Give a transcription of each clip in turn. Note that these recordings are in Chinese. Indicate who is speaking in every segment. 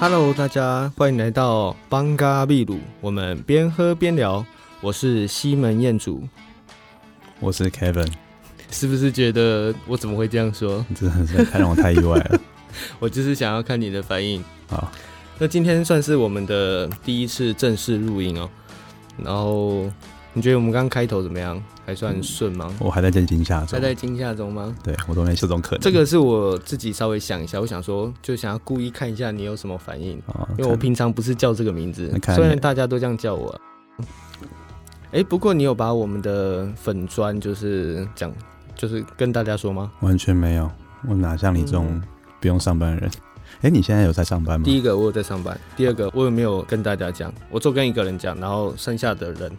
Speaker 1: Hello，大家欢迎来到邦嘎秘鲁，我们边喝边聊。我是西门彦祖，
Speaker 2: 我是 Kevin，
Speaker 1: 是不是觉得我怎么会这样说？
Speaker 2: 你真的是太让我太意外 了。
Speaker 1: 我就是想要看你的反应。
Speaker 2: 好，
Speaker 1: 那今天算是我们的第一次正式录音哦。然后你觉得我们刚开头怎么样？还算顺吗？
Speaker 2: 我还在震惊下中，
Speaker 1: 还在惊吓中吗？
Speaker 2: 对我都没这种可能。
Speaker 1: 这个是我自己稍微想一下，我想说，就想要故意看一下你有什么反应，
Speaker 2: 哦，
Speaker 1: 因为我平常不是叫这个名字
Speaker 2: 那，看来
Speaker 1: 虽然
Speaker 2: 你
Speaker 1: 大家都这样叫我啊。哎、不过你有把我们的粉砖就是讲，就是跟大家说吗？
Speaker 2: 完全没有，我哪像你这种不用上班的人？哎，你现在有在上班吗？
Speaker 1: 嗯第一个我有在上班，第二个我有没有跟大家讲，我就跟一个人讲，然后剩下的人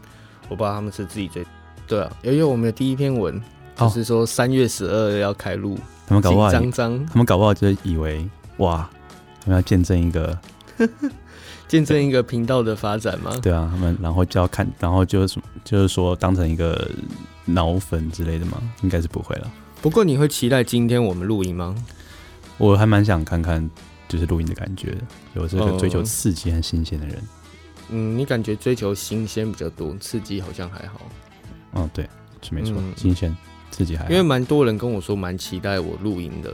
Speaker 1: 我不知道他们是自己追。对啊，因为我们的第一篇文就
Speaker 2: 哦
Speaker 1: 是说三月十二要开录，
Speaker 2: 他们搞
Speaker 1: 紧
Speaker 2: 不好，
Speaker 1: 张张
Speaker 2: 他们搞不好就以为哇，他们要见证 一个，
Speaker 1: 见证一个频道的发展吗？
Speaker 2: 对啊，他们然后就要看，然后就是什么，就是说当成一个脑粉之类的吗？应该是不会了。
Speaker 1: 不过你会期待今天我们录音吗？
Speaker 2: 我还蛮想看看就是录音的感觉的，有这个追求
Speaker 1: 哦
Speaker 2: 刺激和新鲜的人。
Speaker 1: 嗯，你感觉追求新鲜比较多，刺激好像还好，
Speaker 2: 嗯，对，是没错，
Speaker 1: 嗯
Speaker 2: 新鲜刺激还好
Speaker 1: 因为蛮多人跟我说蛮期待我录音的，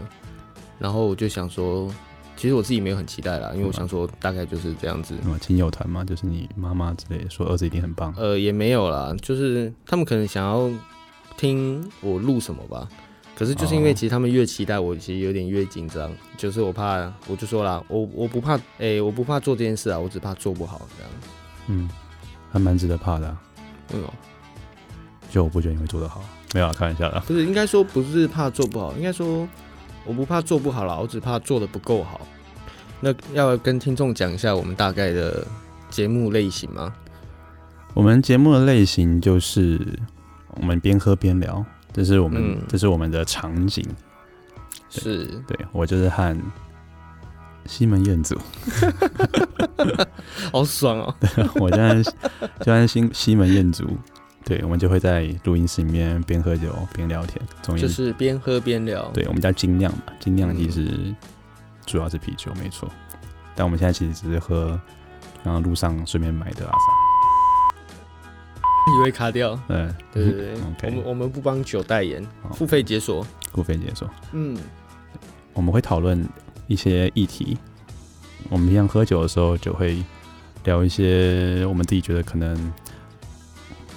Speaker 1: 然后我就想说，其实我自己没有很期待啦，因为我想说大概就是这样子，
Speaker 2: 什么亲友团嘛，就是你妈妈之类的说儿子一定很棒，
Speaker 1: 呃，也没有啦，就是他们可能想要听我录什么吧。可是就是因为
Speaker 2: 哦
Speaker 1: 其实他们越期待我，其实有点越紧张，就是我怕，我就说啦，我我不怕，哎、我不怕做这件事啊，我只怕做不好这样。嗯
Speaker 2: 嗯，还蛮值得怕的啊、
Speaker 1: 为什么？
Speaker 2: 就我不觉得你会做得好，没有啊，开玩笑的啊。
Speaker 1: 不是，应该说不是怕做不好，应该说我不怕做不好啦，我只怕做的不够好。那要跟听众讲一下我们大概的节目类型吗？
Speaker 2: 我们节目的类型就是我们边喝边聊，这是我们、
Speaker 1: 嗯
Speaker 2: 这是我们的场景。
Speaker 1: 是，
Speaker 2: 对我就是和西门彦祖，
Speaker 1: 好爽哦、
Speaker 2: 我就和 就和西西门彦祖，对，我们就会在录音室里面边喝酒边聊天，总之
Speaker 1: 就是边喝边聊。
Speaker 2: 对，我们叫精酿嘛，精酿其
Speaker 1: 嗯
Speaker 2: 实主要是啤酒，没错。但我们现在其实只是喝，然后路上顺便买的阿萨。
Speaker 1: 以为卡掉。
Speaker 2: 嗯，
Speaker 1: 对对对，
Speaker 2: OK 哦
Speaker 1: 我们我们不帮酒代言，
Speaker 2: 好
Speaker 1: 付费解锁。
Speaker 2: 顾飞姐说，
Speaker 1: 嗯，
Speaker 2: 我们会讨论一些议题。我们平常喝酒的时候就会聊一些我们自己觉得可能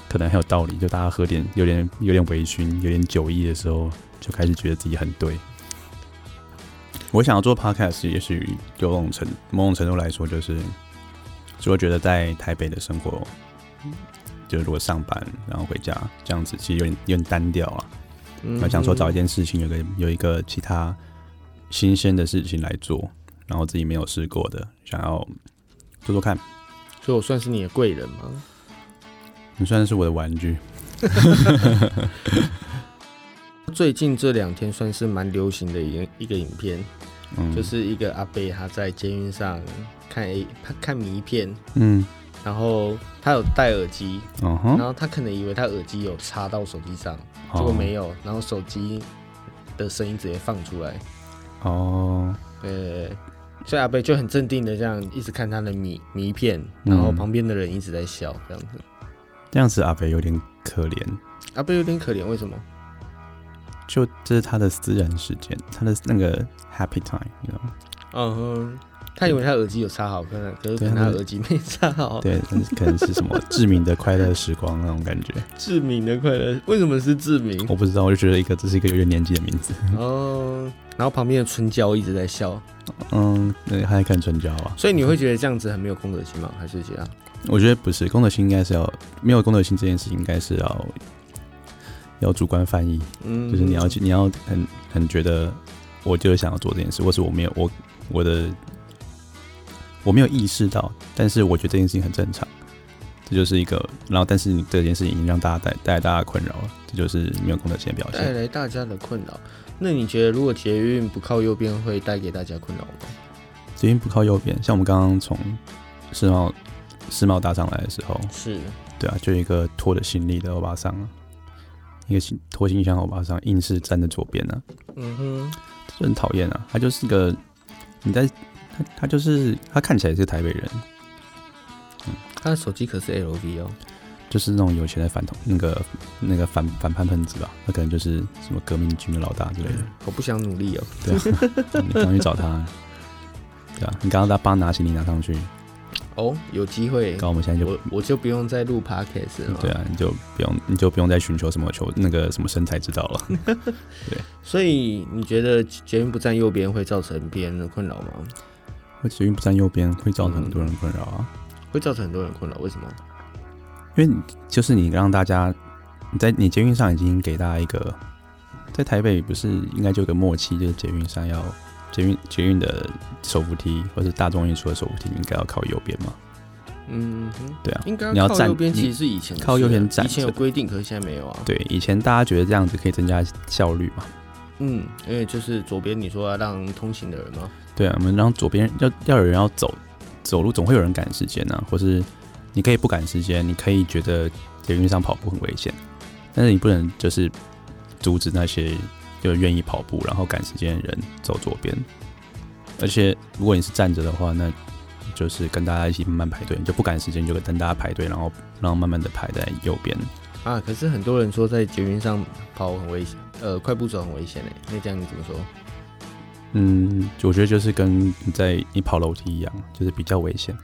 Speaker 2: 可能很有道理，就大家喝点有点有点微醺、有点酒意的时候，就开始觉得自己很对。我想要做 podcast，也许有某种程某种程度来说，就是就会觉得在台北的生活，就是如果上班然后回家这样子，其实有点有点单调啊。
Speaker 1: 嗯
Speaker 2: 我想说找一件事情，有个有一个其他新鲜的事情来做，然后自己没有试过的，想要做做看。
Speaker 1: 所以我算是你的贵人吗？
Speaker 2: 你算是我的玩具，
Speaker 1: 最近这两天算是蛮流行的一个一个影片，
Speaker 2: 嗯，
Speaker 1: 就是一个阿贝他在监狱上看 A 他看迷片，
Speaker 2: 嗯，
Speaker 1: 然后他有戴耳机，
Speaker 2: 嗯
Speaker 1: 然
Speaker 2: 哼，
Speaker 1: 后他可能以为他耳机有插到手机上，
Speaker 2: 哦
Speaker 1: 结果没有，然后手机的声音直接放出来，
Speaker 2: 哦，
Speaker 1: 呃，所以阿贝就很镇定的这样一直看他的迷迷片，
Speaker 2: 嗯
Speaker 1: 然后旁边的人一直在笑这样子。
Speaker 2: 这样子阿北有点可怜，
Speaker 1: 阿贝有点可怜，为什么？
Speaker 2: 就这是他的私人时间，他的那个 happy time，你知道吗？
Speaker 1: 嗯哼，他以为他耳机有插好，可能可是可能他耳机没插好。
Speaker 2: 对，但是可能是什么致命的快乐时光那种 感觉，
Speaker 1: 志明的快乐为什么是志明？
Speaker 2: 我不知道，我就觉得一个这是一个有点年纪的名字，
Speaker 1: 哦，然后旁边的春娇一直在笑，
Speaker 2: 嗯，那还看春娇啊，
Speaker 1: 所以你会觉得这样子很没有公德心吗？还是怎样？
Speaker 2: 我觉得不是，公德心应该是要没有公德心这件事情，应该是要要主观翻译，
Speaker 1: 嗯
Speaker 2: 就是你要去，你要很很觉得，我就是想要做这件事，或是我没有我我的我没有意识到，但是我觉得这件事情很正常，这就是一个，然后但是你这件事情已经让大家带带来大家困扰了，这就是没有公德心的表
Speaker 1: 带
Speaker 2: 现。
Speaker 1: 来大家的困扰。那你觉得如果捷运不靠右边，会带给大家困扰吗？
Speaker 2: 捷运不靠右边，像我们刚刚从世贸世贸搭上来的时候，
Speaker 1: 是，
Speaker 2: 对啊，就一个拖着行李的欧巴桑啊，一个行拖行李箱的欧巴桑，硬是站在左边呢、啊
Speaker 1: 嗯哼，
Speaker 2: 啊，这很讨厌啊。他就是个你在他他他就是他看起来是台北人，
Speaker 1: 他的手机可是 LV 哦，
Speaker 2: 就是那种有钱的反同那个那个反反叛分子吧，他可能就是什么革命军的老大之类的。
Speaker 1: 我不想努力哦。
Speaker 2: 对啊，你刚去找他，对啊，你刚刚他帮拿行李拿上去，
Speaker 1: 哦，有机会，
Speaker 2: 刚我们现在就
Speaker 1: 我我就不用再录 podcast 了。
Speaker 2: 对啊，你就不用你就不用再寻求什么求那个什么身材之道了。
Speaker 1: 所以你觉得捷运不站右边会造成别人的困扰吗？
Speaker 2: 会捷运不站右边会造成很多人困扰啊，
Speaker 1: 会造成很多人困扰，为什么？
Speaker 2: 因为你就是你让大家你在你捷运上已经给大家一个，在台北不是应该就有个默契，就是捷运上要捷运捷运的手扶梯或是大众运输的手扶梯应该要靠右边嘛，
Speaker 1: 嗯哼，
Speaker 2: 对啊，
Speaker 1: 应该
Speaker 2: 你要
Speaker 1: 靠
Speaker 2: 站
Speaker 1: 右边，
Speaker 2: 你
Speaker 1: 其实是以前的
Speaker 2: 靠右
Speaker 1: 事啊
Speaker 2: 边站
Speaker 1: 以前有
Speaker 2: 着
Speaker 1: 规定，可是现在没有啊。
Speaker 2: 对，以前大家觉得这样子可以增加效率嘛。
Speaker 1: 嗯，因为就是左边你说要让通行的人吗？
Speaker 2: 对啊，我们让左边要要有人要走走路，总会有人赶时间啊，或是你可以不赶时间，你可以觉得捷运上跑步很危险，但是你不能就是阻止那些就愿意跑步然后赶时间的人走左边。而且如果你是站着的话，那就是跟大家一起慢慢排队，你就不赶时间，你就跟大家排队，然后然后慢慢的排在右边。
Speaker 1: 啊，可是很多人说在捷运上跑很危险，呃，快步走很危险嘞。那这样你怎么说？
Speaker 2: 嗯，我觉得就是跟你在你跑楼梯一样，就是比较危险。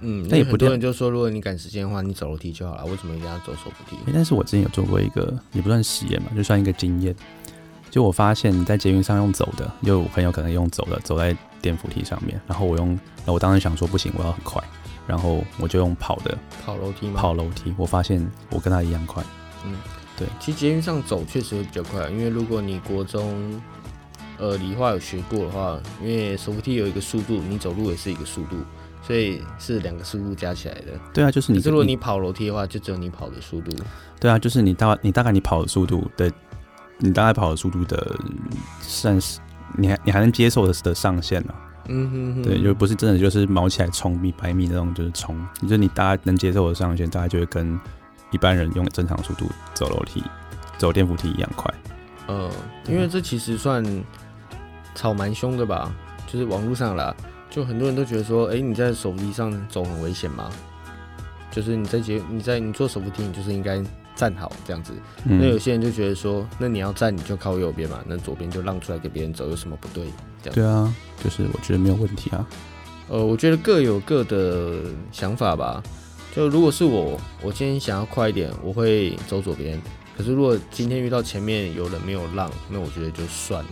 Speaker 1: 嗯，
Speaker 2: 那也不
Speaker 1: 很多
Speaker 2: 对
Speaker 1: 人就说，如果你赶时间的话，你走楼梯就好了，为什么一定要走手扶梯？
Speaker 2: 欸但是我之前有做过一个，也不算实验嘛，就算一个经验。就我发现，在捷运上用走的，因为我朋友可能用走的，走在电扶梯上面，然后我用，那我当时想说不行，我要很快，然后我就用跑的
Speaker 1: 跑楼梯吗？
Speaker 2: 跑楼梯，我发现我跟他一样快。
Speaker 1: 其实捷运上走确实会比较快，因为如果你国中呃理化有学过的话，因为手扶梯有一个速度，你走路也是一个速度，所以是两个速度加起来的。
Speaker 2: 对啊，就是
Speaker 1: 可
Speaker 2: 你，
Speaker 1: 是如果你跑楼梯的话，就只有你跑的速度。
Speaker 2: 对啊，就是你大你大概你跑的速度的，你大概跑的速度的算是你还你还能接受的的上限啊了、
Speaker 1: 嗯哼哼，
Speaker 2: 对，就不是真的就是毛起来冲一百米那种，就是冲，就是你大家能接受的上限，大概就会跟一般人用正常速度走楼梯、走电扶梯一样快。
Speaker 1: 呃，因为这其实算吵蛮凶的吧，就是网络上啦，就很多人都觉得说，哎、你在手扶梯上走很危险吗？就是你在捷，你在你坐手扶梯，你就是应该站好这样子。那有
Speaker 2: 嗯，
Speaker 1: 些人就觉得说，那你要站你就靠右边嘛，那左边就让出来给别人走，有什么不对？
Speaker 2: 对啊，就是我觉得没有问题啊。
Speaker 1: 呃，我觉得各有各的想法吧。就如果是我，我今天想要快一点，我会走左边。可是如果今天遇到前面有人没有让，那我觉得就算了，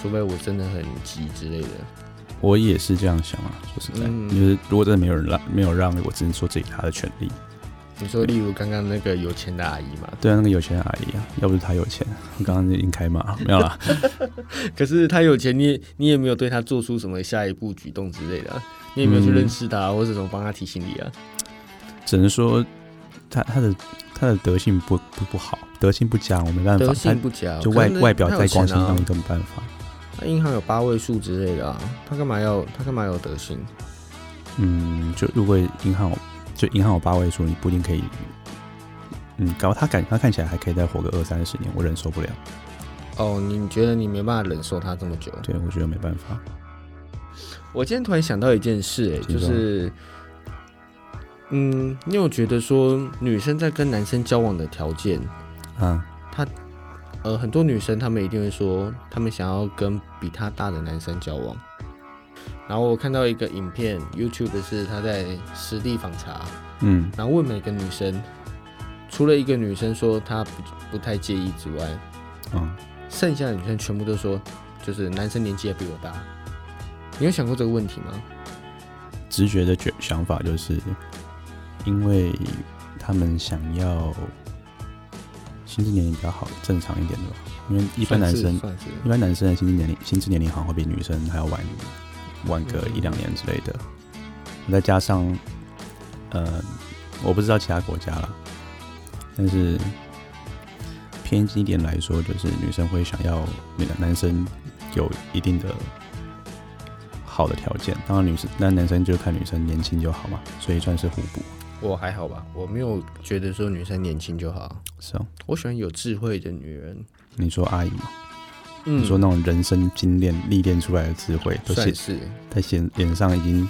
Speaker 1: 除非我真的很急之类的。
Speaker 2: 我也是这样想啊，说实在，
Speaker 1: 嗯
Speaker 2: 就是如果真的没有人让，没有让，我只能说自己他的权利。
Speaker 1: 你说，例如刚刚那个有钱的阿姨嘛，
Speaker 2: 对啊，那个有钱的阿姨啊，要不是她有钱，我刚刚就已经开骂了，没有啦。
Speaker 1: 可是她有钱，你也你也没有对她做出什么下一步举动之类的啊、你也没有去
Speaker 2: 嗯
Speaker 1: 认识她，啊或者什么帮她提醒你啊。
Speaker 2: 只能说她她的她的德性不不不好，德性不佳，我没办法。
Speaker 1: 德
Speaker 2: 她
Speaker 1: 性不佳，
Speaker 2: 就
Speaker 1: 可
Speaker 2: 外
Speaker 1: 是那
Speaker 2: 外表
Speaker 1: 她有
Speaker 2: 在光
Speaker 1: 钱
Speaker 2: 鲜
Speaker 1: 啊
Speaker 2: 上面更没办法。
Speaker 1: 那银行有八位数之类的啊，他干嘛要他干嘛有德性？
Speaker 2: 嗯，就如果银行有就银行有八位数，你不一定可以。嗯，搞他感他看起来还可以再活个二三十年，我忍受不了。
Speaker 1: 哦，你觉得你没办法忍受他这么久？
Speaker 2: 对，我觉得没办法。
Speaker 1: 我今天突然想到一件事、哎，
Speaker 2: 请
Speaker 1: 就
Speaker 2: 说
Speaker 1: 是，嗯，你有觉得说女生在跟男生交往的条件，
Speaker 2: 啊，
Speaker 1: 呃，很多女生她们一定会说，她们想要跟比她大的男生交往。然后我看到一个影片，YouTube 是她在实地访查，
Speaker 2: 嗯
Speaker 1: 然后问每个女生，除了一个女生说她不不太介意之外，
Speaker 2: 啊，
Speaker 1: 剩下的女生全部都说，就是男生年纪也比我大。你有想过这个问题吗？
Speaker 2: 直觉的觉想法就是，因为他们想要心智年龄比较好，正常一点的吧。因为一般男生
Speaker 1: 算是算
Speaker 2: 一
Speaker 1: 是
Speaker 2: 般男生的心智年龄心智年龄好像会比女生还要晚晚个一两年之类的。再加上，呃，我不知道其他国家啦，但是偏激一点来说，就是女生会想要男男生有一定的好的条件，当然女生那男生就看女生年轻就好嘛，所以算是互补，
Speaker 1: 我还好吧，我没有觉得说女生年轻就好，
Speaker 2: 是哦。
Speaker 1: 我喜欢有智慧的女人。
Speaker 2: 你说阿姨嘛，
Speaker 1: 嗯
Speaker 2: 你说那种人生经验历练出来的智慧，都
Speaker 1: 算
Speaker 2: 写
Speaker 1: 是
Speaker 2: 在脸脸上已经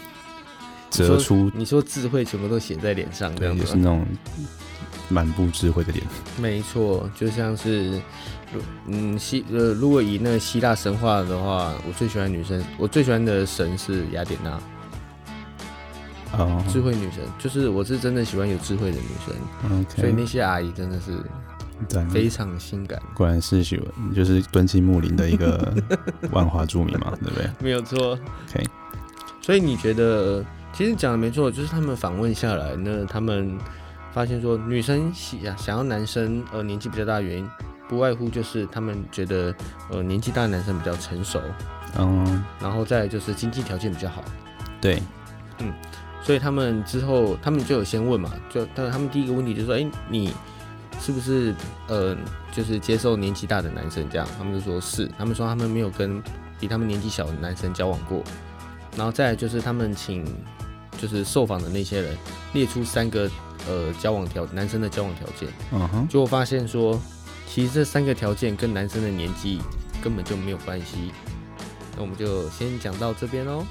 Speaker 2: 折出，
Speaker 1: 你说智慧全部都写在脸上这
Speaker 2: 对，
Speaker 1: 样
Speaker 2: 就是
Speaker 1: 子吗，
Speaker 2: 那种满布智慧的脸。
Speaker 1: 没错，就像是，嗯，希呃，如果以那个希腊神话的话，我最喜欢女生，我最喜欢的神是雅典娜，
Speaker 2: 哦
Speaker 1: 智慧女神，就是我是真的喜欢有智慧的女生，
Speaker 2: ，OK，
Speaker 1: 所以那些阿姨真的是
Speaker 2: 嗯赞
Speaker 1: 非常性感，
Speaker 2: 果然是许文，就是敦亲睦邻的一个万华著名嘛，对不对？
Speaker 1: 没有错。
Speaker 2: OK
Speaker 1: 所以你觉得，其实讲的没错，就是他们访问下来，那他们发现说，女生喜想要男生，呃，年纪比较大的原因，不外乎就是他们觉得，呃，年纪大的男生比较成熟，
Speaker 2: 嗯，
Speaker 1: 然后再来就是经济条件比较好，
Speaker 2: 对，
Speaker 1: 所以他们之后他们就有先问嘛，就但他们第一个问题就是说，哎、你是不是呃，就是接受年纪大的男生这样？他们就说是，他们说他们没有跟比他们年纪小的男生交往过。然后再来就是他们请就是受访的那些人列出三个呃交往条男生的交往条件，
Speaker 2: 嗯哼，
Speaker 1: 结果发现说，其实这三个条件跟男生的年纪根本就没有关系。那我们就先讲到这边喽。